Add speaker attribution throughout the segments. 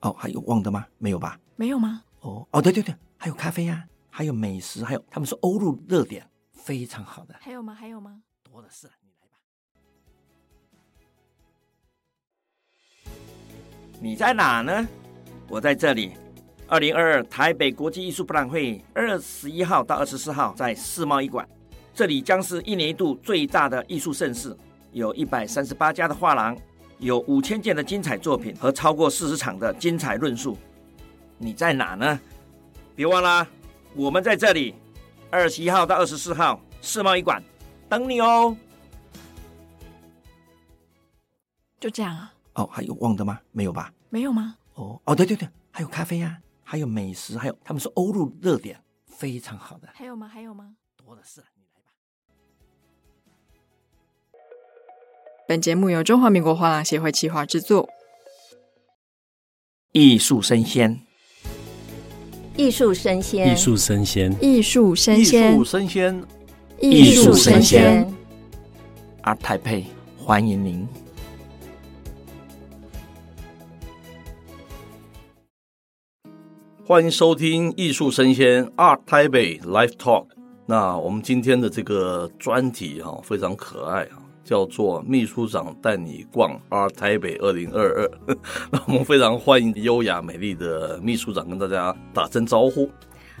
Speaker 1: 哦，还有忘的吗？没有吧？
Speaker 2: 没有吗？
Speaker 1: 哦哦，对对对，还有咖啡呀、还有美食，还有他们说欧陆热点非常好的，
Speaker 2: 还有吗？还有吗？
Speaker 1: 多的是啊，你来吧。你在哪呢？我在这里。二零二二台北国际艺术博览会二十一号到二十四号在世贸一馆，这里将是一年一度最大的艺术盛事，有一百三十八家的画廊，有五千件的精彩作品和超过四十场的精彩论述。你在哪呢？别忘啦，我们在这里，二十一号到二十四号世贸一馆等你哦。
Speaker 2: 就这样啊？
Speaker 1: 哦，还有忘的吗？没有吧？
Speaker 2: 没有吗？
Speaker 1: 哦哦，对对对，还有咖啡呀、还有美食，还有他们说欧陆热点非常好的，
Speaker 2: 还有吗？还有吗？
Speaker 1: 多的是啊，你来吧。
Speaker 3: 本节目由中华民国画廊协会企划制作。
Speaker 1: 艺术生鲜，
Speaker 4: 艺术生鲜，
Speaker 5: 艺术生鲜，
Speaker 3: 艺术生
Speaker 6: 艺
Speaker 3: 鲜
Speaker 6: 术，生鲜，
Speaker 1: 艺术生
Speaker 3: 鲜，
Speaker 1: 鲜阿台配欢迎您。
Speaker 6: 欢迎收听《艺术生鲜 Art Taipei Live Talk》。那我们今天的这个专题哈、非常可爱啊，叫做“秘书长带你逛 Art Taipei 二零二二”。 那我们非常欢迎优雅美丽的秘书长跟大家打声招呼。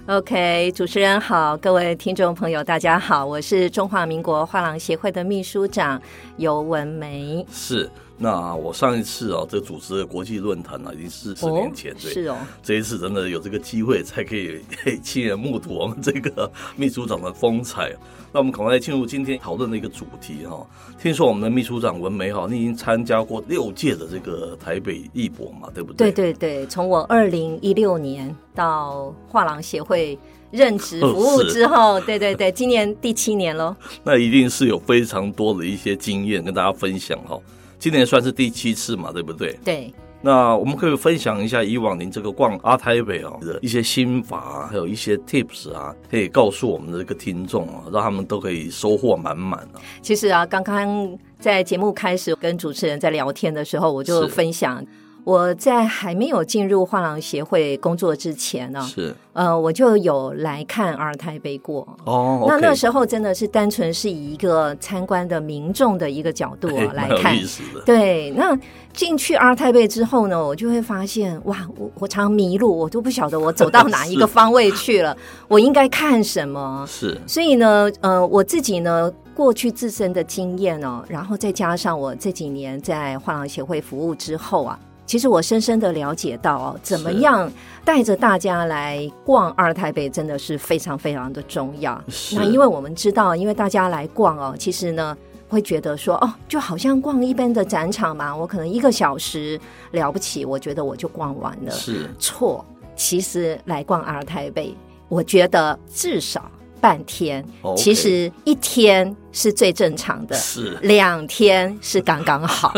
Speaker 4: OK，主持人好，各位听众朋友，大家好，我是中华民国画廊协会的秘书长尤文梅。
Speaker 6: 是，那我上一次啊，这主持的国际论坛呢、啊，已经是十年前、对。
Speaker 4: 是哦，
Speaker 6: 这一次真的有这个机会，才可以 亲眼目睹我们这个秘书长的风采。那我们赶快进入今天讨论的一个主题哈、听说我们的秘书长文梅哈，你已经参加过六届的这个台北艺博嘛，对不
Speaker 4: 对
Speaker 6: 对？
Speaker 4: 对对，从我二零一六年到画廊协会任职服务之
Speaker 6: 哦
Speaker 4: 后，对对对，今年第七年喽。
Speaker 6: 那一定是有非常多的一些经验跟大家分享哈、今年算是第七次嘛，对不对？
Speaker 4: 对，
Speaker 6: 那我们可以分享一下以往您这个逛阿台北哦的一些心法啊，还有一些 tips 啊，可以告诉我们的这个听众啊，让他们都可以收获满满啊。
Speaker 4: 其实啊，刚刚在节目开始跟主持人在聊天的时候，我就是分享我在还没有进入画廊协会工作之前呢、
Speaker 6: 是
Speaker 4: 呃，我就有来看阿尔泰杯过。
Speaker 6: 哦
Speaker 4: 那那时
Speaker 6: 候
Speaker 4: 候真的是单纯是以一个参观的民众的一个角度啊来
Speaker 6: 哎蛮
Speaker 4: 看
Speaker 6: 有意，思的。
Speaker 4: 对，那进去阿尔泰贝之后呢，我就会发现，哇，我我常迷路，我都不晓得我走到哪一
Speaker 6: 是
Speaker 4: 个方位去了，我应该看什么。
Speaker 6: 是
Speaker 4: 所以呢，呃，我自己呢过去自身的经验哦，然后再加上我这几年在画廊协会服务之后啊，其实我深深的了解到哦，怎么
Speaker 6: 是
Speaker 4: 样带着大家来逛二台北真的是非常非常的重要。
Speaker 6: 是
Speaker 4: 那因为我们知道，因为大家来逛哦，其实呢。会觉得说哦，就好像逛一般的展场嘛，我可能一个小时了不起，我觉得我就逛完了。
Speaker 6: 是
Speaker 4: 错，其实来逛阿尔台北，我觉得至少半天
Speaker 6: OK
Speaker 4: 其实一天是最正常 的，
Speaker 6: 是
Speaker 4: 两天是刚刚好。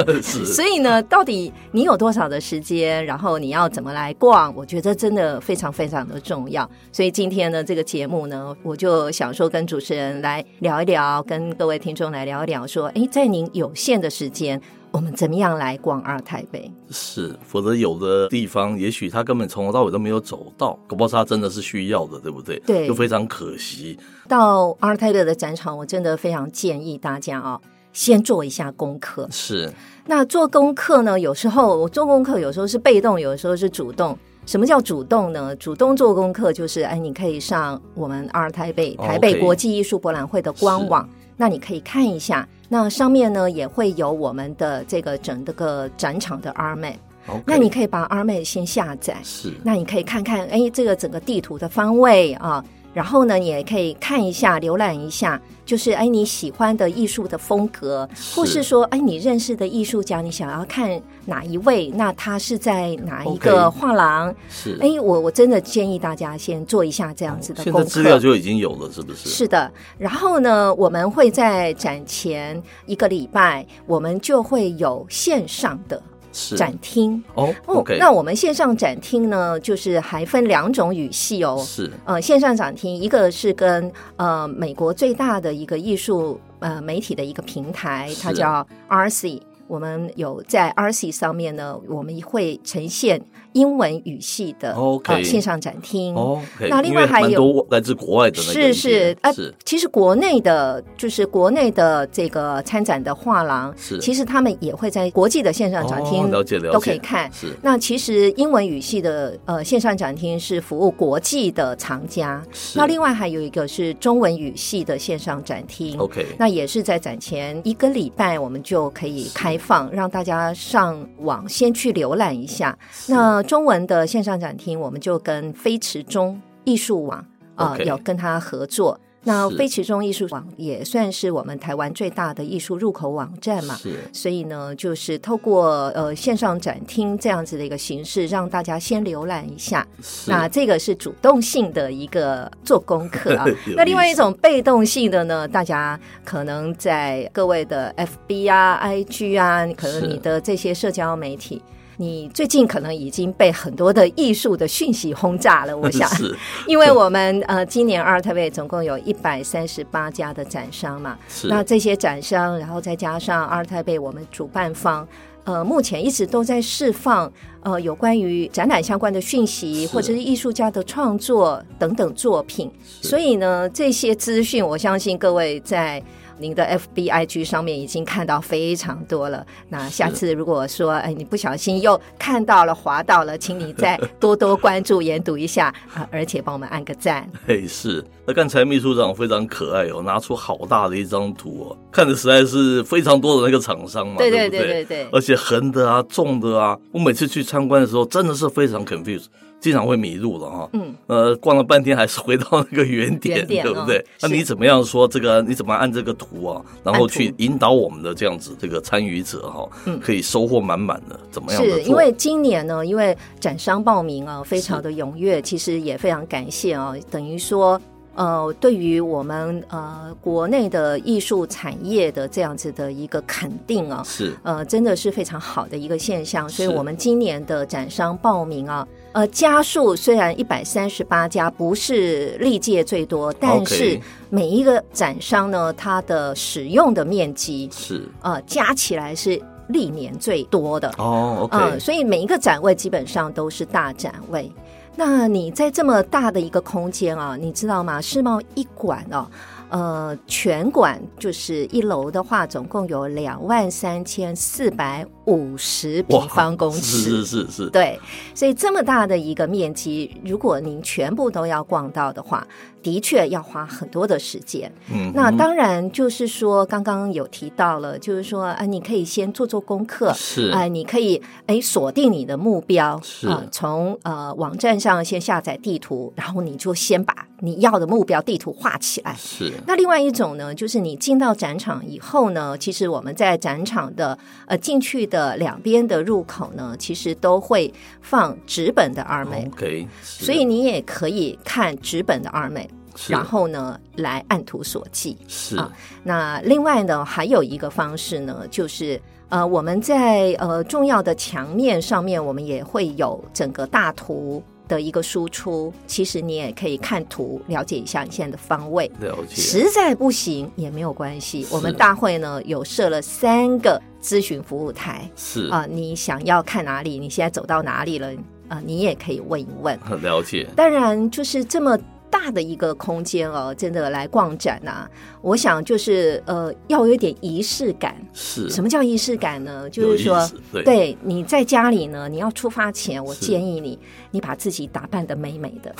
Speaker 6: 是，
Speaker 4: 所以呢，到底你有多少的时间，然后你要怎么来逛？我觉得真的非常非常的重要。所以今天呢，这个节目呢，我就想说跟主持人来聊一聊，跟各位听众来聊一聊，说，诶，在您有限的时间，我们怎么样来逛阿尔台北？
Speaker 6: 是，否则有的地方也许他根本从头到尾都没有走到，搞不好他真的是需要的，对不对？
Speaker 4: 对
Speaker 6: 就非常可惜。
Speaker 4: 到阿尔泰勒的展场，我真的非常建议大家啊、先做一下功课。
Speaker 6: 是
Speaker 4: 那做功课呢，有时候我做功课，有时候是被动，有时候是主动。什么叫主动呢？主动做功课就是，哎，你可以上我们阿尔台北
Speaker 6: 哦
Speaker 4: 台北
Speaker 6: OK
Speaker 4: 国际艺术博览会的官网，那你可以看一下。那上面呢也会有我们的这个整个展场的 R map，
Speaker 6: ，OK，
Speaker 4: 那你可以把 R map 先下载，
Speaker 6: 是
Speaker 4: 那你可以看看，哎，这个整个地图的方位啊，然后呢，你也可以看一下、浏览一下，就是哎你喜欢的艺术的风格，或是说哎你认识的艺术家，你想要看哪一位？那他是在哪一个
Speaker 6: OK
Speaker 4: 画廊？
Speaker 6: 是，
Speaker 4: 哎，我我真的建议大家先做一下这样子的
Speaker 6: 哦现
Speaker 4: 功
Speaker 6: 在
Speaker 4: 课。
Speaker 6: 资料就已经有了，是不是？
Speaker 4: 是的，然后呢，我们会在展前一个礼拜，我们就会有线上的
Speaker 6: 是
Speaker 4: 展厅。
Speaker 6: 哦，OK，
Speaker 4: 那我们线上展厅呢，就是还分两种语系哦。
Speaker 6: 是
Speaker 4: 呃，线上展厅，一个是跟呃美国最大的一个艺术呃媒体的一个平台，它
Speaker 6: 是
Speaker 4: 叫 RC。我们有在 RC 上面呢，我们会呈现英文语系的
Speaker 6: OK
Speaker 4: 呃、线上展厅。
Speaker 6: 哦，OK，
Speaker 4: 那另
Speaker 6: 因
Speaker 4: 外
Speaker 6: 为
Speaker 4: 还
Speaker 6: 蛮
Speaker 4: 有
Speaker 6: 多来自国外的那个
Speaker 4: 是
Speaker 6: 意见
Speaker 4: 是，啊
Speaker 6: 是，
Speaker 4: 其实国内的，就是国内的这个参展的画廊，
Speaker 6: 是
Speaker 4: 其实他们也会在国际的线上展厅、
Speaker 6: 哦了解了解
Speaker 4: 都可以看。
Speaker 6: 是
Speaker 4: 那其实英文语系的呃线上展厅是服务国际的藏家，
Speaker 6: 是
Speaker 4: 那另外还有一个是中文语系的线上展厅。
Speaker 6: OK
Speaker 4: 那也是在展前一个礼拜，我们就可以开放，让大家上网先去浏览一下。那中文的线上展厅，我们就跟飞驰中艺术网啊、呃
Speaker 6: OK
Speaker 4: 有跟他合作。那
Speaker 6: 是
Speaker 4: 飞驰中艺术网也算是我们台湾最大的艺术入口网站嘛，
Speaker 6: 是
Speaker 4: 所以呢，就是透过呃线上展厅这样子的一个形式，让大家先浏览一下。
Speaker 6: 是
Speaker 4: 那这个是主动性的一个做功课啊
Speaker 6: 有。
Speaker 4: 那另外
Speaker 6: 意
Speaker 4: 一
Speaker 6: 思
Speaker 4: 种被动性的呢，大家可能在各位的 FB 啊、IG 啊，可
Speaker 6: 是
Speaker 4: 能你的这些社交媒体。你最近可能已经被很多的艺术的讯息轰炸了，我想，
Speaker 6: 是
Speaker 4: 因为我们呃今年二特别总共有一百三十八家的展商嘛，
Speaker 6: 是
Speaker 4: 那这些展商，然后再加上阿尔泰贝我们主办方，呃，目前一直都在释放呃有关于展览相关的讯息，
Speaker 6: 是
Speaker 4: 或者是艺术家的创作等等作品。所以呢，这些资讯我相信各位在。您的 FBIG 上面已经看到非常多了。那下次如果说，哎，你不小心又看到了、滑到了，请你再多多关注、研读一下啊、而且帮我们按个赞。
Speaker 6: 嘿，是。那刚才秘书长非常可爱哦，拿出好大的一张图哦，看的实在是非常多的那个厂商嘛，
Speaker 4: 对
Speaker 6: 对
Speaker 4: 对
Speaker 6: 不
Speaker 4: 对对对
Speaker 6: 而且横的啊，纵的啊，我每次去参观的时候真的是非常 confused，经常会迷路了哈。
Speaker 4: 嗯，
Speaker 6: 呃，逛了半天还是回到那个原点，
Speaker 4: 原点
Speaker 6: 对不对？
Speaker 4: 哦
Speaker 6: 那
Speaker 4: 是
Speaker 6: 你怎么样说这个？你怎么按这个图啊，然
Speaker 4: 按
Speaker 6: 后
Speaker 4: 图
Speaker 6: 去引导我们的这样子这个参与者哈、
Speaker 4: 嗯
Speaker 6: 可以收获满满的，怎么样的做？
Speaker 4: 是因为今年呢，因为展商报名啊非常的踊跃，其实也非常感谢啊，等于说。呃，对于我们呃国内的艺术产业的这样子的一个肯定啊，
Speaker 6: 是
Speaker 4: 呃，真的是非常好的一个现象。所以
Speaker 6: 是
Speaker 4: 我们今年的展商报名啊，呃，家数虽然一百三十八家，不是历届最多，但
Speaker 6: OK
Speaker 4: 是每一个展商呢，它的使用的面积
Speaker 6: 是
Speaker 4: 呃加起来是历年最多的。
Speaker 6: 哦，OK，、
Speaker 4: 嗯，所以每一个展位基本上都是大展位。那你在这么大的一个空间啊，你知道吗？世贸一馆哦、呃，全馆就是一楼的话，总共有两万三千四百五十平方公尺。
Speaker 6: 是是是是，
Speaker 4: 对，所以这么大的一个面积，如果您全部都要逛到的话，的确要花很多的时间。
Speaker 6: 嗯
Speaker 4: 那
Speaker 6: 哼
Speaker 4: 当然就是说，刚刚有提到了，就是说啊，你可以先做做功课，
Speaker 6: 是
Speaker 4: 哎、你可以哎锁定你的目标，
Speaker 6: 是
Speaker 4: 啊从呃网站上先下载地图，然后你就先把你要的目标地图画起来。
Speaker 6: 是
Speaker 4: 那另外一种呢，就是你进到展场以后呢，其实我们在展场的呃进去的两边的入口呢，其实都会放纸本的二美，
Speaker 6: OK，
Speaker 4: 所以你也可以看纸本的二美，
Speaker 6: 是
Speaker 4: 然后呢来按图索骥。
Speaker 6: 是
Speaker 4: 啊那另外呢，还有一个方式呢，就是呃，我们在呃重要的墙面上面，我们也会有整个大图的一个输出。其实你也可以看图了解一下你现在的方位。
Speaker 6: 了解
Speaker 4: 实在不行也没有关系，
Speaker 6: 是
Speaker 4: 我们大会呢有设了三个咨询服务台
Speaker 6: 是
Speaker 4: 啊、你想要看哪里，你现在走到哪里了啊、你也可以问一问。
Speaker 6: 很了解
Speaker 4: 当然，就是这么大的一个空间哦，真的来逛展啊，我想就是呃，要有一点仪式感。
Speaker 6: 是
Speaker 4: 什么叫仪式感呢？就
Speaker 6: 有
Speaker 4: 是
Speaker 6: 意
Speaker 4: 说
Speaker 6: 思，对
Speaker 4: 对你在家里呢，你要出发前，我
Speaker 6: 是
Speaker 4: 建议你，你把自己打扮的美美的，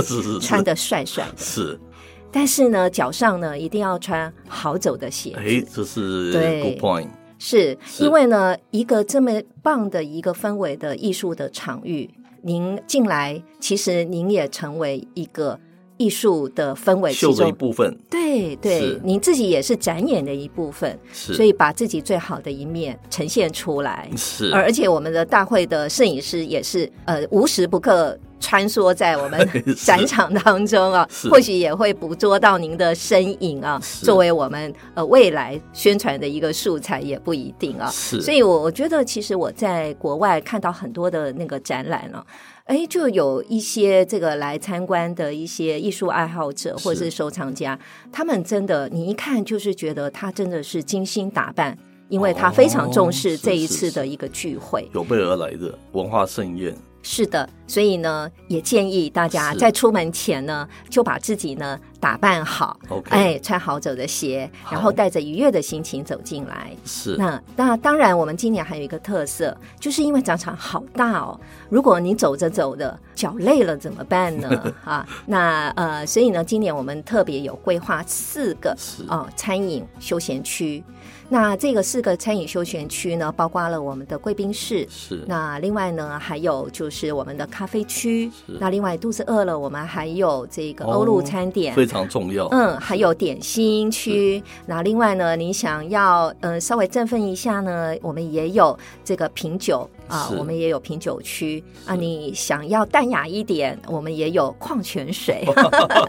Speaker 6: 是是
Speaker 4: 穿
Speaker 6: 的
Speaker 4: 的帅帅的，
Speaker 6: 是
Speaker 4: 但是呢，脚上呢一定要穿好走的鞋
Speaker 6: 哎
Speaker 4: 子，，
Speaker 6: 这是
Speaker 4: 对
Speaker 6: good point
Speaker 4: 是
Speaker 6: 是
Speaker 4: 因为呢，一个这么棒的一个氛围的艺术的场域，您进来，其实您也成为一个艺术的氛围
Speaker 6: 秀
Speaker 4: 其
Speaker 6: 的一
Speaker 4: 中。
Speaker 6: 部分
Speaker 4: 对对
Speaker 6: 是，
Speaker 4: 你自己也是展演的一部分，
Speaker 6: 是，
Speaker 4: 所以把自己最好的一面呈现出来。
Speaker 6: 是
Speaker 4: 而而且我们的大会的摄影师也是呃无时不刻穿梭在我们
Speaker 6: 是
Speaker 4: 展场当中啊
Speaker 6: 是，
Speaker 4: 或许也会捕捉到您的身影啊，
Speaker 6: 是
Speaker 4: 作为我们呃未来宣传的一个素材也不一定啊。
Speaker 6: 是，
Speaker 4: 所以我我觉得其实我在国外看到很多的那个展览啊。哎，就有一些这个来参观的一些艺术爱好者或者是
Speaker 6: 是
Speaker 4: 收藏家，他们真的，你一看就是觉得他真的是精心打扮，因为他非常重
Speaker 6: 哦
Speaker 4: 视
Speaker 6: 是
Speaker 4: 这一次
Speaker 6: 是
Speaker 4: 的
Speaker 6: 是
Speaker 4: 一个聚会。
Speaker 6: 有备而来的文化盛宴，
Speaker 4: 是的，所以呢，也建议大家
Speaker 6: 是
Speaker 4: 在出门前呢，就把自己呢打扮好
Speaker 6: OK
Speaker 4: 哎，穿好走的鞋，然
Speaker 6: 好
Speaker 4: 后带着愉悦的心情走进来。
Speaker 6: 是
Speaker 4: 那那当然，我们今年还有一个特色，就是因为展场好大哦。如果你走着走着脚累了怎么办 呢？啊，那呃，所以呢，今年我们特别有规划四个
Speaker 6: 是
Speaker 4: 哦、餐饮休闲区。那这个四个餐饮休闲区呢，包括了我们的贵宾室。
Speaker 6: 是
Speaker 4: 那另外呢，还有就是我们的咖啡区
Speaker 6: 是。
Speaker 4: 那另外肚子饿了，我们还有这个
Speaker 6: 哦
Speaker 4: 欧陆餐点，
Speaker 6: 非常重要，
Speaker 4: 嗯，还有点心区。
Speaker 6: 嗯
Speaker 4: 那另外呢，你想要呃稍微振奋一下呢，我们也有这个品酒啊
Speaker 6: 是，
Speaker 4: 我们也有品酒区啊。
Speaker 6: 是
Speaker 4: 你想要淡雅一点，我们也有矿泉 水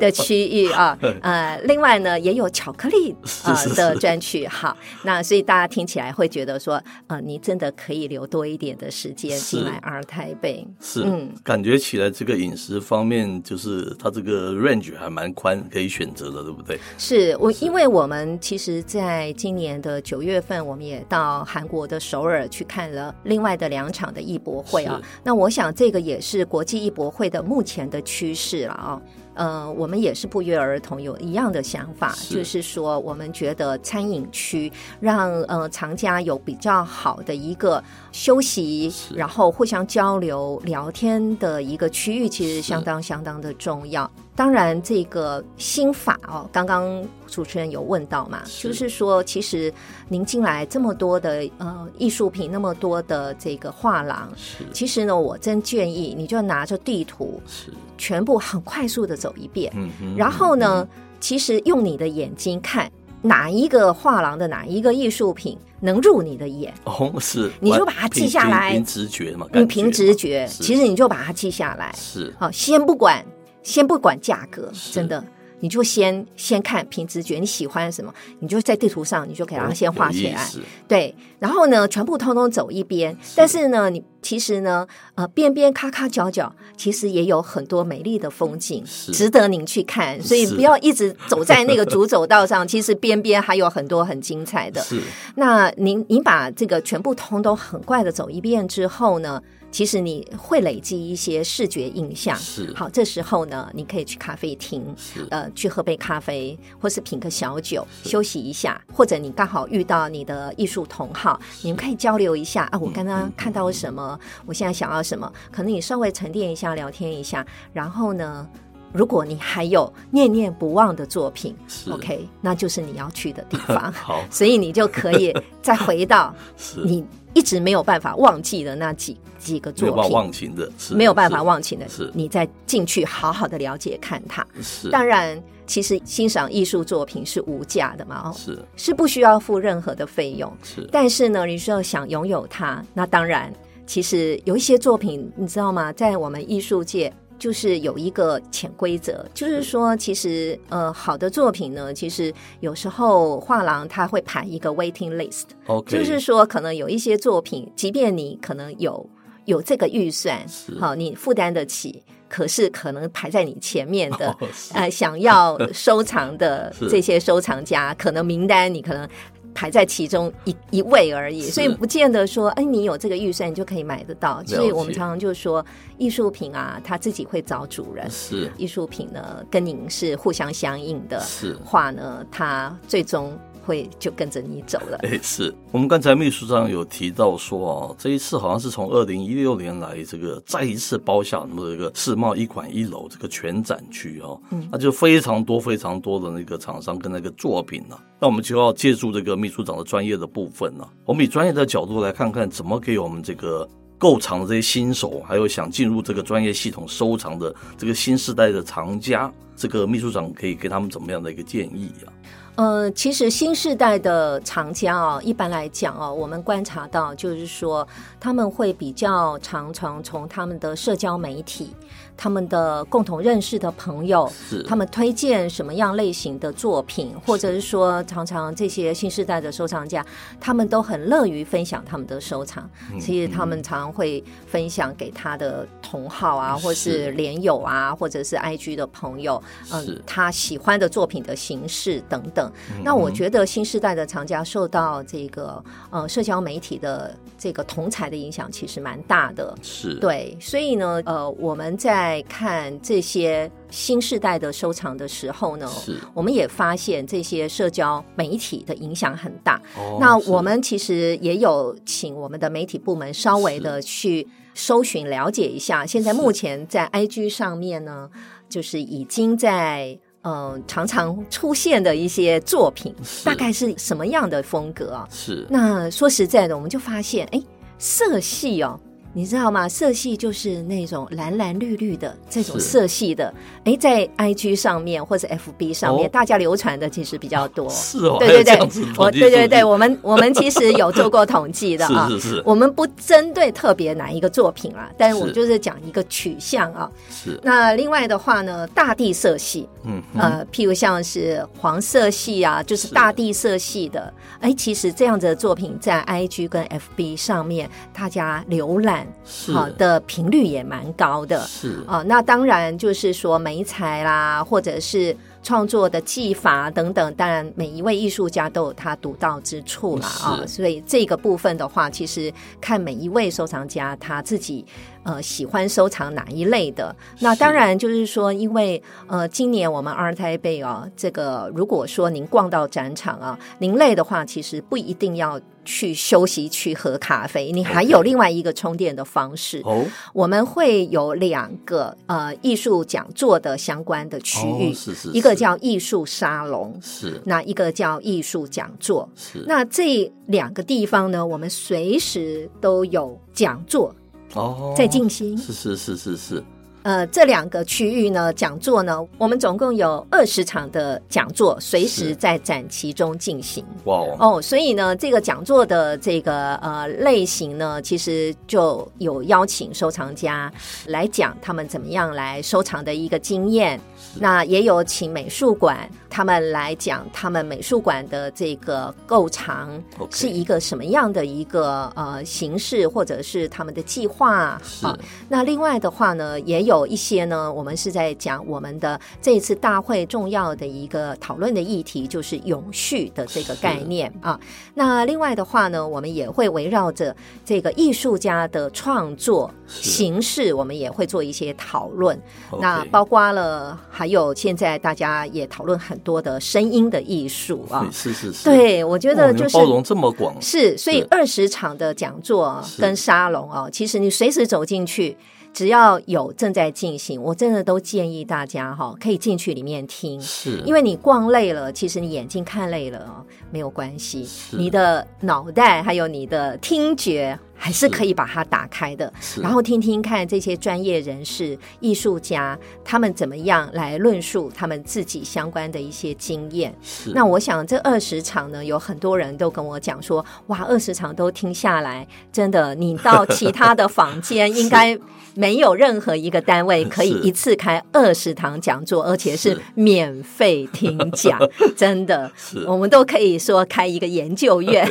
Speaker 4: 的区域啊。呃，另外呢，也有巧克力啊、
Speaker 6: 是是
Speaker 4: 的
Speaker 6: 是
Speaker 4: 专区。好，那所以大家听起来会觉得说，呃，你真的可以留多一点的时间进
Speaker 6: 是
Speaker 4: 来 R 台北。
Speaker 6: 是，
Speaker 4: 嗯
Speaker 6: 感觉起来这个饮食方面，就是它这个 range 还蛮宽，可以选择的，对不对？
Speaker 4: 是我，因为我们其实在今年的九月份，我们也到韩国的首尔去看了另外的两场的艺博会啊。那我想这个也是国际艺博会的目前的趋势了啊。呃，我们也是不约而同有一样的想法，
Speaker 6: 是
Speaker 4: 就是说，我们觉得餐饮区让呃藏家有比较好的一个休息
Speaker 6: 是，
Speaker 4: 然后互相交流、聊天的一个区域，其实
Speaker 6: 是
Speaker 4: 相当相当的重要。当然，这个新法哦，刚刚主持人有问到嘛，
Speaker 6: 是
Speaker 4: 就是说，其实您进来这么多的呃艺术品，那么多的这个画廊，
Speaker 6: 是
Speaker 4: 其实呢，我真建议你就拿着地图，
Speaker 6: 是，
Speaker 4: 全部很快速的走一遍，
Speaker 6: 嗯哼
Speaker 4: 然后呢，其实用你的眼睛看哪一个画廊的哪一个艺术品能入你的眼，
Speaker 6: 哦，是，
Speaker 4: 你就把它记下来
Speaker 6: 凭凭直觉嘛，
Speaker 4: 你
Speaker 6: 感
Speaker 4: 凭
Speaker 6: 嘛
Speaker 4: 直觉，
Speaker 6: 是
Speaker 4: 其实你就把它记下来。
Speaker 6: 是
Speaker 4: 好，先不管，先不管价格，
Speaker 6: 是
Speaker 4: 真的，你就先先看凭直觉，你喜欢什么，你就在地图上，你就
Speaker 6: 哦
Speaker 4: 给它先画起来。
Speaker 6: 是
Speaker 4: 对，然后呢，全部通通走一边。但是呢，你其实呢，呃，边边咔咔角角，其实也有很多美丽的风景
Speaker 6: 是，
Speaker 4: 值得您去看。所以
Speaker 6: 是
Speaker 4: 不要一直走在那个主走道上， 其实边边还有很多很精彩的。
Speaker 6: 是
Speaker 4: 那您您把这个全部通都很快的走一遍之后呢，其实你会累积一些视觉印象。
Speaker 6: 是
Speaker 4: 好，这时候呢，你可以去咖啡厅。
Speaker 6: 是
Speaker 4: 呃，去喝杯咖啡，或是品个小酒，休息一下，或者你刚好遇到你的艺术同好，你们可以交流一下啊。
Speaker 6: 嗯
Speaker 4: 我刚刚看到什么，我现在想要什么，可能你稍微沉淀一下，聊天一下，然后呢，如果你还有念念不忘的作品
Speaker 6: 是
Speaker 4: ，OK，那就是你要去的地方，
Speaker 6: 好
Speaker 4: 所以你就可以再回 到
Speaker 6: 是
Speaker 4: 你一直没有办法忘记的那几几个
Speaker 6: 没有
Speaker 4: 作
Speaker 6: 办法
Speaker 4: 品。
Speaker 6: 忘情的，是
Speaker 4: 没有办法
Speaker 6: 是
Speaker 4: 忘情的
Speaker 6: 是，
Speaker 4: 你再进去好好的了解看它。
Speaker 6: 是
Speaker 4: 当然，其实欣赏艺术作品是无价的嘛，哦，
Speaker 6: 是
Speaker 4: 是不需要付任何的费用。
Speaker 6: 是
Speaker 4: 但是呢，你说想拥有它，那当然，其实有一些作品，你知道吗？在我们艺术界。就是有一个潜规则，就是说，其实呃，好的作品呢，其实有时候画廊它会排一个 waiting list，
Speaker 6: OK，
Speaker 4: 就是说，可能有一些作品，即便你可能有有这个预算
Speaker 6: 是，
Speaker 4: 好、你负担得起，可是可能排在你前面的
Speaker 6: ，哦是
Speaker 4: 呃，想 要收藏的
Speaker 6: 是
Speaker 4: 这些收藏家，可能名单你可能。排在其中一一位而已，
Speaker 6: 是
Speaker 4: 所以不见得说，哎，你有这个预算，你就可以买得到。
Speaker 6: 解
Speaker 4: 所以我们常常就说，艺术品啊，它自己会找主人。
Speaker 6: 是
Speaker 4: 艺术品呢，跟您是互相相应的
Speaker 6: 是
Speaker 4: 话呢，它最终会就跟着你走了。
Speaker 6: 哎，是我们刚才秘书长有提到说啊，这一次好像是从二零一六年来，这个再一次包下那么这个世贸一馆一楼这个全展区哦，嗯，那就非常多非常多的那个厂商跟那个作品呢、那我们就要啊借助这个秘书长的专业的部分呢、我们以专业的角度来看看怎么给我们这个。购藏的这些新手，还有想进入这个专业系统收藏的这个新时代的藏家，这个秘书长可以给他们怎么样的一个建议啊？
Speaker 4: 呃，其实新时代的藏家啊、一般来讲啊，我们观察到就是说，他们会比较常常从他们的社交媒体、他们的共同认识的朋友，
Speaker 6: 是
Speaker 4: 他们推荐什么样类型的作品，或者是说，常常这些新时代的收藏家，他们都很乐于分享他们的收藏。其实他们常会分享给他的同好啊，或
Speaker 6: 是
Speaker 4: 是连友啊，或者是 IG 的朋友，
Speaker 6: 是嗯
Speaker 4: 嗯，他喜欢的作品的形式等等。那我觉得新时代的藏家受到这个呃社交媒体的这个同才的影响，其实蛮大的。
Speaker 6: 是，
Speaker 4: 对，所以呢，呃，我们在看这些新时代的收藏的时候呢，
Speaker 6: 是。
Speaker 4: 我们也发现这些社交媒体的影响很大。
Speaker 6: 哦
Speaker 4: 那
Speaker 6: 是
Speaker 4: 我们其实也有请我们的媒体部门稍微的去搜寻了解一下，现在目前在 IG 上面呢，就是已经在。嗯，常常出现的一些作品，
Speaker 6: 是
Speaker 4: 大概是什么样的风格啊？
Speaker 6: 是
Speaker 4: 那说实在的，我们就发现，哎，色系哦，你知道吗？色系就是那种蓝蓝绿绿的这种
Speaker 6: 是
Speaker 4: 色系的，哎，在 IG 上面或者 FB 上面，
Speaker 6: 哦
Speaker 4: 大家流传的其实比较多。
Speaker 6: 是 哦，还有
Speaker 4: 对对
Speaker 6: 这
Speaker 4: 对
Speaker 6: 样子的，
Speaker 4: 我
Speaker 6: 统计
Speaker 4: 对
Speaker 6: 数
Speaker 4: 对
Speaker 6: 据
Speaker 4: 对，我们我们其实有做过统计的啊。
Speaker 6: 是是
Speaker 4: 我们不针对特别哪一个作品啦，但是我们
Speaker 6: 是
Speaker 4: 就是讲一个取向啊。
Speaker 6: 是是，
Speaker 4: 那另外的话呢，大地色系，
Speaker 6: 嗯哼
Speaker 4: 呃，譬如像是黄色系啊，就是
Speaker 6: 是
Speaker 4: 大地色系的。哎，其实这样子的作品在 IG 跟 FB 上面，大家浏览
Speaker 6: 是
Speaker 4: 好的频率也蛮高的。
Speaker 6: 是
Speaker 4: 啊、那当然就是说媒材啦，或者是创作的技法等等，当然每一位艺术家都有他独到之处啦啊、
Speaker 6: 是
Speaker 4: 所以这个部分的话，其实看每一位收藏家他自己呃喜欢收藏哪一类的。那
Speaker 6: 是
Speaker 4: 当然就是说，因为呃今年我们阿尔泰贝啊，这个如果说您逛到展场啊，您累的话，其实不一定要。去休息区喝咖啡，你还有
Speaker 6: OK
Speaker 4: 另外一个充电的方式。
Speaker 6: 哦
Speaker 4: 我们会有两个呃艺术讲座的相关的区域，
Speaker 6: 哦是是，
Speaker 4: 一个
Speaker 6: 是
Speaker 4: 叫艺术沙龙，
Speaker 6: 是
Speaker 4: 那一个叫艺术讲座。
Speaker 6: 是
Speaker 4: 那这两个地方呢，我们随时都有讲座
Speaker 6: 哦
Speaker 4: 在进行。
Speaker 6: 是是是是是
Speaker 4: 呃，这两个区域呢，讲座呢，我们总共有二十场的讲座，随时
Speaker 6: 是
Speaker 4: 在展期中进行。
Speaker 6: 哇哦
Speaker 4: 哦，所以呢，这个讲座的这个呃类型呢，其实就有邀请收藏家来讲他们怎么样来收藏的一个经验。那也有请美术馆他们来讲他们美术馆的这个购藏
Speaker 6: OK
Speaker 4: 是一个什么样的一个呃形式，或者是他们的计划
Speaker 6: 是
Speaker 4: 啊那另外的话呢，也有一些呢，我们是在讲我们的这一次大会重要的一个讨论的议题，就是永续的这个概念啊。那另外的话呢，我们也会围绕着这个艺术家的创作
Speaker 6: 是
Speaker 4: 形式，我们也会做一些讨论。
Speaker 6: OK
Speaker 4: 那包括了还有现在大家也讨论很多的声音的艺术啊
Speaker 6: 对。是是是，
Speaker 4: 对，我觉
Speaker 6: 哇
Speaker 4: 得
Speaker 6: 你们
Speaker 4: 就是
Speaker 6: 包容这么广
Speaker 4: 是，所以
Speaker 6: 是
Speaker 4: 二十场的讲座啊
Speaker 6: 是
Speaker 4: 跟沙龙哦，其实你随时走进去，只要有正在进行，我真的都建议大家哈、可以进去里面听。
Speaker 6: 是，
Speaker 4: 因为你逛累了，其实你眼睛看累了哦，没有关系，
Speaker 6: 是
Speaker 4: 你的脑袋还有你的听觉还是可以把它打开的。
Speaker 6: 是
Speaker 4: 然后听听看这些专业人士、艺术家他们怎么样来论述他们自己相关的一些经验。
Speaker 6: 是
Speaker 4: 那我想这二十场呢，有很多人都跟我讲说，哇，二十场都听下来，真的，你到其他的房 间应该没有任何一个单位可以
Speaker 6: 是
Speaker 4: 一次开二十堂讲座，而且是
Speaker 6: 是
Speaker 4: 免费听 讲，真的，
Speaker 6: 是
Speaker 4: 我们都可以说开一个研究 院，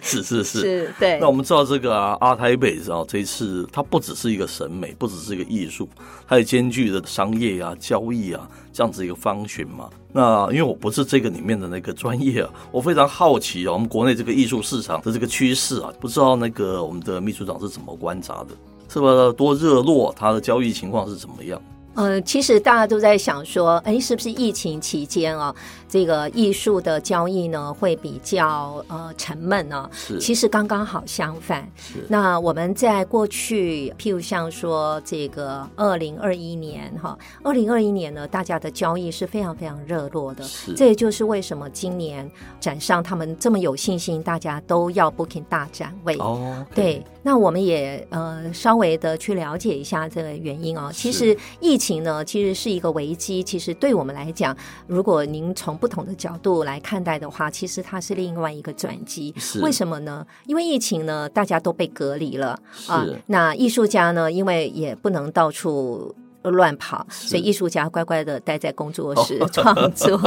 Speaker 6: 是是是。
Speaker 4: 是对
Speaker 6: 那。我们知道这个啊，阿台北啊，这一次它不只是一个审美，不只是一个艺术，它也兼具了商业啊、交易啊这样子一个方寻嘛。那因为我不是这个里面的那个专业啊，我非常好奇啊，我们国内这个艺术市场的这个趋势啊，不知道那个我们的秘书长是怎么观察的，是不是多热络？它的交易情况是怎么样？
Speaker 4: 呃，其实大家都在想说，哎，是不是疫情期间啊，这个艺术的交易呢会比较呃沉闷呢、
Speaker 6: 是
Speaker 4: 其实刚刚好相反。
Speaker 6: 是
Speaker 4: 那我们在过去，譬如像说这个二零二一年哈，二零二一年呢，大家的交易是非常非常热络的。
Speaker 6: 是
Speaker 4: 这也就是为什么今年展上他们这么有信心，大家都要 Booking 大展位。
Speaker 6: 哦，OK，
Speaker 4: 对，那我们也呃稍微的去了解一下这个原因哦。其
Speaker 6: 是
Speaker 4: 实疫情呢，其实是一个危机。其实对我们来讲，如果您从不同的角度来看待的话，其实它是另外一个转机。
Speaker 6: 是
Speaker 4: 为什么呢？因为疫情呢，大家都被隔离了啊
Speaker 6: 是。
Speaker 4: 那艺术家呢，因为也不能到处。乱跑，
Speaker 6: 是
Speaker 4: 所以艺术家乖乖的待在工作 室创作，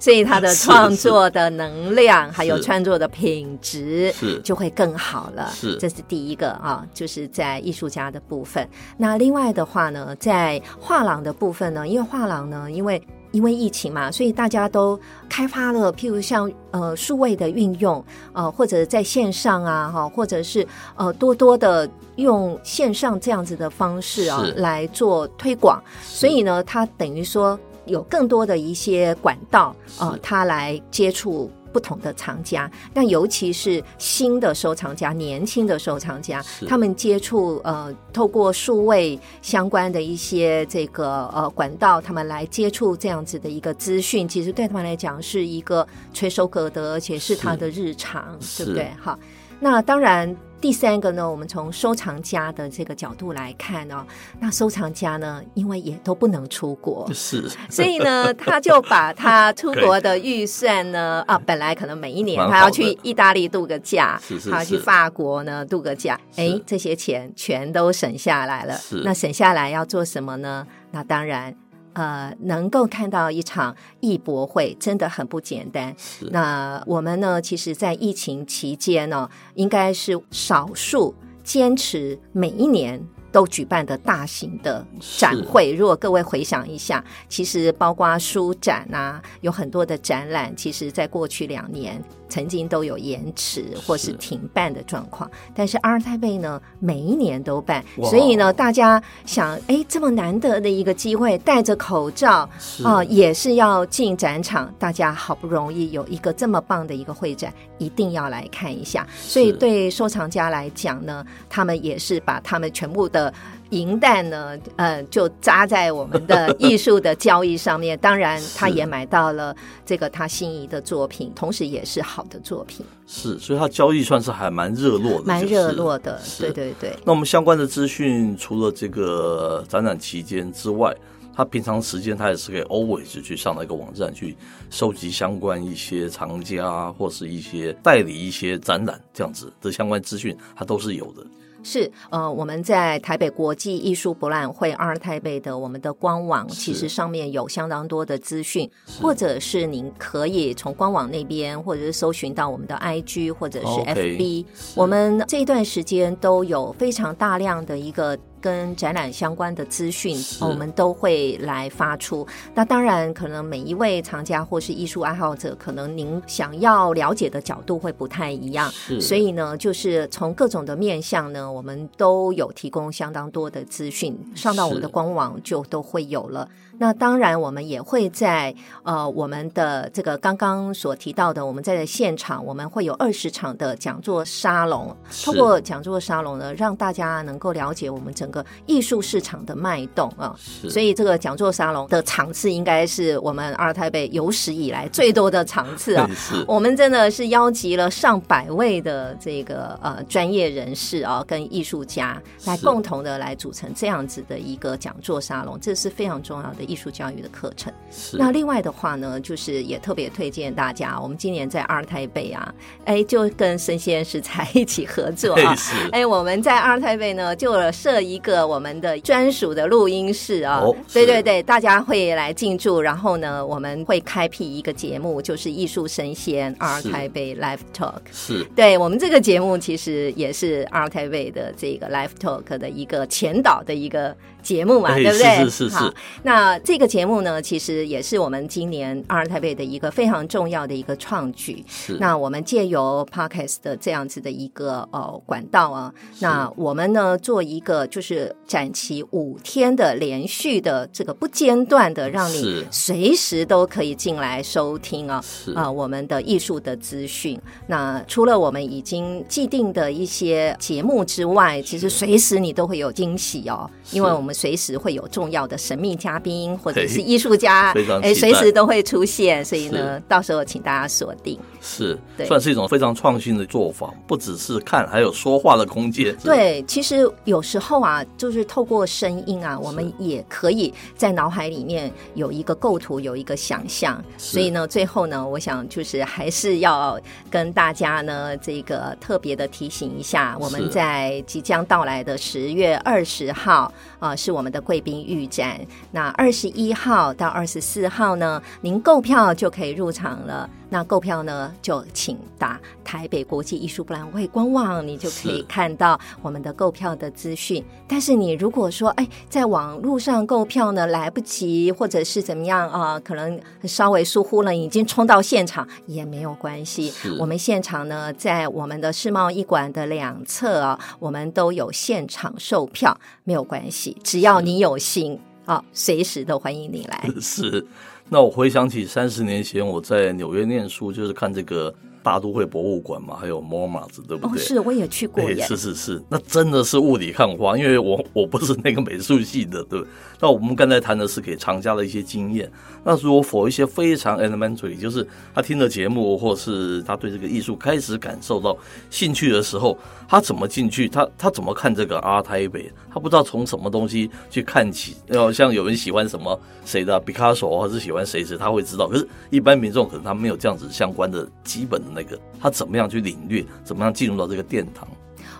Speaker 4: 所以他的创作的能量还有
Speaker 6: 是
Speaker 4: 创作的品质
Speaker 6: 是
Speaker 4: 就会更好了。
Speaker 6: 是
Speaker 4: 这是第一个啊，就是在艺术家的部分。那另外的话呢，在画廊的部分呢，因为画廊呢，因为因为疫情嘛，所以大家都开发了，譬如像呃数位的运用，呃或者在线上啊，哈，或者是呃多多的用线上这样子的方式啊
Speaker 6: 是
Speaker 4: 来做推广，所以呢，它等于说有更多的一些管道呃
Speaker 6: 是，
Speaker 4: 它来接触不同的藏家，但尤其是新的收藏家、年轻的收藏家
Speaker 6: 是，
Speaker 4: 他们接触呃，透过数位相关的一些这个呃管道，他们来接触这样子的一个资讯，其实对他们来讲是一个垂手可得，而且是他的日常，
Speaker 6: 是
Speaker 4: 对不对？好，那当然。第三个呢，我们从收藏家的这个角度来看哦，那收藏家呢，因为也都不能出国，
Speaker 6: 是
Speaker 4: 所以呢，他就把他出国的预算 呢，啊，本来可能每一年
Speaker 6: 蛮好的
Speaker 4: 他要去意大利度个假，
Speaker 6: 是是
Speaker 4: 他要去
Speaker 6: 是
Speaker 4: 法国呢度个假，
Speaker 6: 是
Speaker 4: 哎，这些钱全都省下来了
Speaker 6: 是。
Speaker 4: 那省下来要做什么呢？那当然。呃，能够看到一场艺博会真的很不简单。
Speaker 6: 是
Speaker 4: 那我们呢，其实，在疫情期间呢，应该是少数坚持每一年都举办的大型的展会。如果各位回想一下，其实包括书展啊，有很多的展览，其实在过去两年曾经都有延迟或是
Speaker 6: 是
Speaker 4: 停办的状况。但是阿尔泰贝呢，每一年都办，
Speaker 6: 哇哦
Speaker 4: 所以呢，大家想，哎，这么难得的一个机会，戴着口罩，
Speaker 6: 是
Speaker 4: 啊、也是要进展场，大家好不容易有一个这么棒的一个会展，一定要来看一下。所以
Speaker 6: 是
Speaker 4: 对收藏家来讲呢，他们也是把他们全部的银弹呢，呃，就扎在我们的艺术的交易上面。当然，他
Speaker 6: 是
Speaker 4: 也买到了这个他心仪的作品，同时也是好的作 品，
Speaker 6: 是，所以它交易算是还蛮热络的，
Speaker 4: 蛮
Speaker 6: 就是
Speaker 4: 热络的。
Speaker 6: 是
Speaker 4: 对对对，
Speaker 6: 那我们相关的资讯，除了这个展览期间之外，他平常时间他也是可以 always 去上那个网站去收集相关一些藏家啊或是一些代理一些展览这样子的相关资讯，他都是有的。
Speaker 4: 是，呃，我们在台北国际艺术博览会二台北的我们的官网，其
Speaker 6: 是
Speaker 4: 实上面有相当多的资讯，
Speaker 6: 是
Speaker 4: 或者是您可以从官网那边，或者是搜寻到我们的 IG 或者是
Speaker 6: 哦 OK，
Speaker 4: FB。
Speaker 6: 是
Speaker 4: 我们这一段时间都有非常大量的一个跟展览相关的资讯，呃
Speaker 6: 是
Speaker 4: 我们都会来发出。那当然，可能每一位藏家或是艺术爱好者，可能您想要了解的角度会不太一样。
Speaker 6: 是
Speaker 4: 所以呢，就是从各种的面向呢，我们都有提供相当多的资讯，上到我们的
Speaker 6: 是
Speaker 4: 官网就都会有了。那当然，我们也会在呃我们的这个刚刚所提到的，我们在现场我们会有二十场的讲座沙龙，
Speaker 6: 是
Speaker 4: 通过讲座沙龙呢，让大家能够了解我们整个艺术市场的脉动啊。
Speaker 6: 是
Speaker 4: 所以这个讲座沙龙的场次应该是我们二台北有史以来最多的场次 啊
Speaker 6: 对，是
Speaker 4: 我们真的是邀集了上百位的这个呃专业人士啊，跟艺术家来
Speaker 6: 是
Speaker 4: 共同的来组成这样子的一个讲座沙龙，这是非常重要的艺术教育的课程。
Speaker 6: 是
Speaker 4: 那另外的话呢，就是也特别推荐大家，我们今年在二台北啊，哎，就跟生鲜食材一起合作 啊
Speaker 6: 对，是
Speaker 4: 哎，我们在二台北呢，就有设一个我们的专属的录音室啊、
Speaker 6: 哦
Speaker 4: 对
Speaker 6: 是
Speaker 4: 对对，大家会来进驻，然后呢，我们会开辟一个节目，就是艺术生鲜二
Speaker 6: 是
Speaker 4: 台北 Live Talk。
Speaker 6: 是
Speaker 4: 对我们这个节目，其实也是 a r t i v 的这个 Live Talk 的一个前导的一个节目嘛，
Speaker 6: 哎
Speaker 4: 对不对？
Speaker 6: 是是是
Speaker 4: 好
Speaker 6: 是
Speaker 4: 那这个节目呢，其实也是我们今年 a r t i v 的一个非常重要的一个创举。
Speaker 6: 是
Speaker 4: 那我们借由 Podcast 的这样子的一个呃管道啊，那我们呢做一个就是就是展期五天的连续的这个不间断的，让你
Speaker 6: 是
Speaker 4: 随时都可以进来收听啊、
Speaker 6: 是
Speaker 4: 啊、我们的艺术的资讯。那除了我们已经既定的一些节目之外，其实随时你都会有惊喜哦，因为我们随时会有重要的神秘嘉宾或者是
Speaker 6: 嘿
Speaker 4: 艺术家
Speaker 6: 非常，
Speaker 4: 哎，
Speaker 6: 期待
Speaker 4: 随时都会出现，所以呢
Speaker 6: 是，
Speaker 4: 到时候请大家锁定。
Speaker 6: 是
Speaker 4: 对
Speaker 6: 算是一种非常创新的做法，不只是看，还有说话的空间。是，
Speaker 4: 对，其实有时候啊，就是透过声音啊，我们也可以在脑海里面有一个构图，有一个想象。
Speaker 6: 是
Speaker 4: 所以呢，最后呢，我想就是还是要跟大家呢，这个特别的提醒一下，我
Speaker 6: 是
Speaker 4: 们在即将到来的十月二十号啊、是我们的贵宾预展。那二十一号到二十四号呢，您购票就可以入场了。那购票呢，就请打台北国际艺术博览会官网，你就可以
Speaker 6: 是
Speaker 4: 看到我们的购票的资讯。但是你如果说，哎，在网络上购票呢来不及，或者是怎么样啊、可能稍微疏忽了，已经冲到现场也没有关系
Speaker 6: 是。
Speaker 4: 我们现场呢，在我们的世贸一馆的两侧啊，我们都有现场售票，没有关系，只要你有心啊，随时都欢迎你 来。
Speaker 6: 是。那我回想起三十年前我在纽约念书，就是看这个大都会博物馆嘛，还有 MoMA 子，对不
Speaker 4: 哦，
Speaker 6: 对？
Speaker 4: 是，我也去过
Speaker 6: 哎
Speaker 4: 耶。
Speaker 6: 是是是，那真的是雾里看花，因为我我不是那个美术系的，对不对。那我们刚才谈的是给藏家的一些经验，那如果否一些非常 elementary，就是他听了节目，或是他对这个艺术开始感受到兴趣的时候，他怎么进去？他他怎么看这个阿台北？他不知道从什么东西去看起。要像有人喜欢什么谁的毕卡索，还是喜欢谁谁，他会知道。可是，一般民众可能他没有这样子相关的基本的那个，他怎么样去领略？怎么样进入到这个殿堂？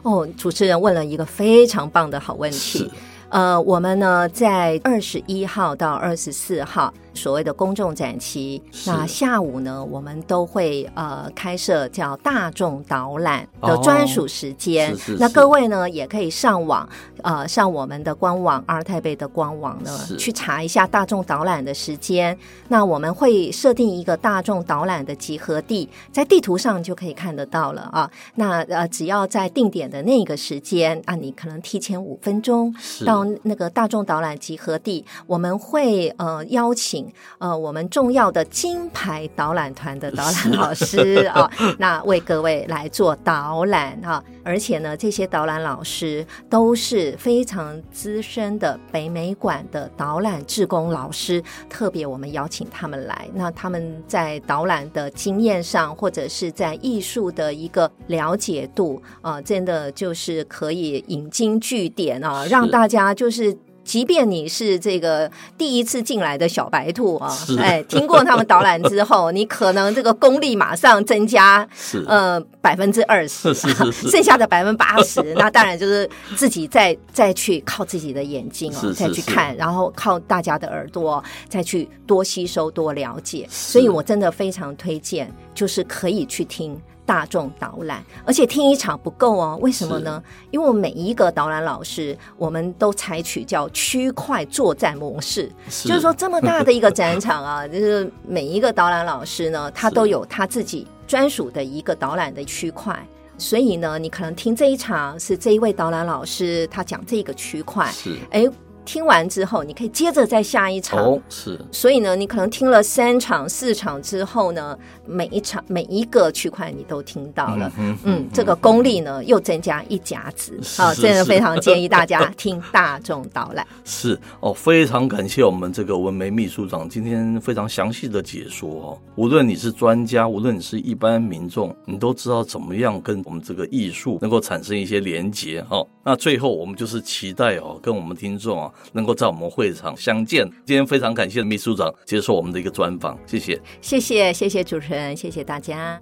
Speaker 4: 哦，主持人问了一个非常棒的好问题
Speaker 6: 是。
Speaker 4: 呃，我们呢在二十一号到二十四号所谓的公众展期，
Speaker 6: 是
Speaker 4: 那下午呢我们都会呃开设叫大众导览的
Speaker 6: 哦
Speaker 4: 专属时间。
Speaker 6: 是是
Speaker 4: 那
Speaker 6: 是
Speaker 4: 各位呢也可以上网呃上我们的官网阿尔泰贝的官网呢
Speaker 6: 是
Speaker 4: 去查一下大众导览的时间。那我们会设定一个大众导览的集合地，在地图上就可以看得到了啊。那呃，只要在定点的那个时间啊，你可能提前五分钟
Speaker 6: 是
Speaker 4: 到那个大众导览集合地，我们会呃邀请呃我们重要的金牌导览团的导览老师啊，那为各位来做导览啊。而且呢，这些导览老师都是非常资深的北美馆的导览志工老师，特别我们邀请他们来，那他们在导览的经验上，或者是在艺术的一个了解度啊、真的就是可以引经据典啊，
Speaker 6: 是
Speaker 4: 让大家就是。即便你是这个第一次进来的小白兔啊
Speaker 6: 是，
Speaker 4: 哎，听过他们导览之后，你可能这个功力马上增加
Speaker 6: 是
Speaker 4: 呃百分之二十，
Speaker 6: 是是是
Speaker 4: 剩下的百分之八十， 那当然就是自己再再去靠自己的眼睛哦，
Speaker 6: 是是
Speaker 4: 再去
Speaker 6: 是
Speaker 4: 看，然后靠大家的耳朵再去多吸收、多了解。所以我真的非常推荐，就是可以去听。大众导览，而且听一场不够哦，为什么呢？因为我们每一个导览老师，我们都采取叫区块作战模式，
Speaker 6: 是
Speaker 4: 就是说，这么大的一个展场 啊，就是每一个导览老师呢，他
Speaker 6: 是
Speaker 4: 都有他自己专属的一个导览的区块。所以呢，你可能听这一场是这一位导览老师他讲这个区块，
Speaker 6: 是
Speaker 4: 哎，听完之后你可以接着再下一场。
Speaker 6: 哦，是
Speaker 4: 所以呢，你可能听了三场、四场之后呢，每一场每一个区块你都听到了，
Speaker 6: 嗯
Speaker 4: 嗯，这个功力呢又增加一甲子
Speaker 6: 是
Speaker 4: 啊，
Speaker 6: 是
Speaker 4: 真的
Speaker 6: 是
Speaker 4: 非常建议大 家听大众导览。
Speaker 6: 是哦，非常感谢我们这个文梅秘书长今天非常详细的解说哦。无论你是专家，无论你是一般民众，你都知道怎么样跟我们这个艺术能够产生一些连结哦。那最后我们就是期待哦，跟我们听众啊能够在我们会场相见。今天非常感谢秘书长接受我们的一个专访，谢谢。
Speaker 4: 谢谢，谢谢主持人，谢谢大家。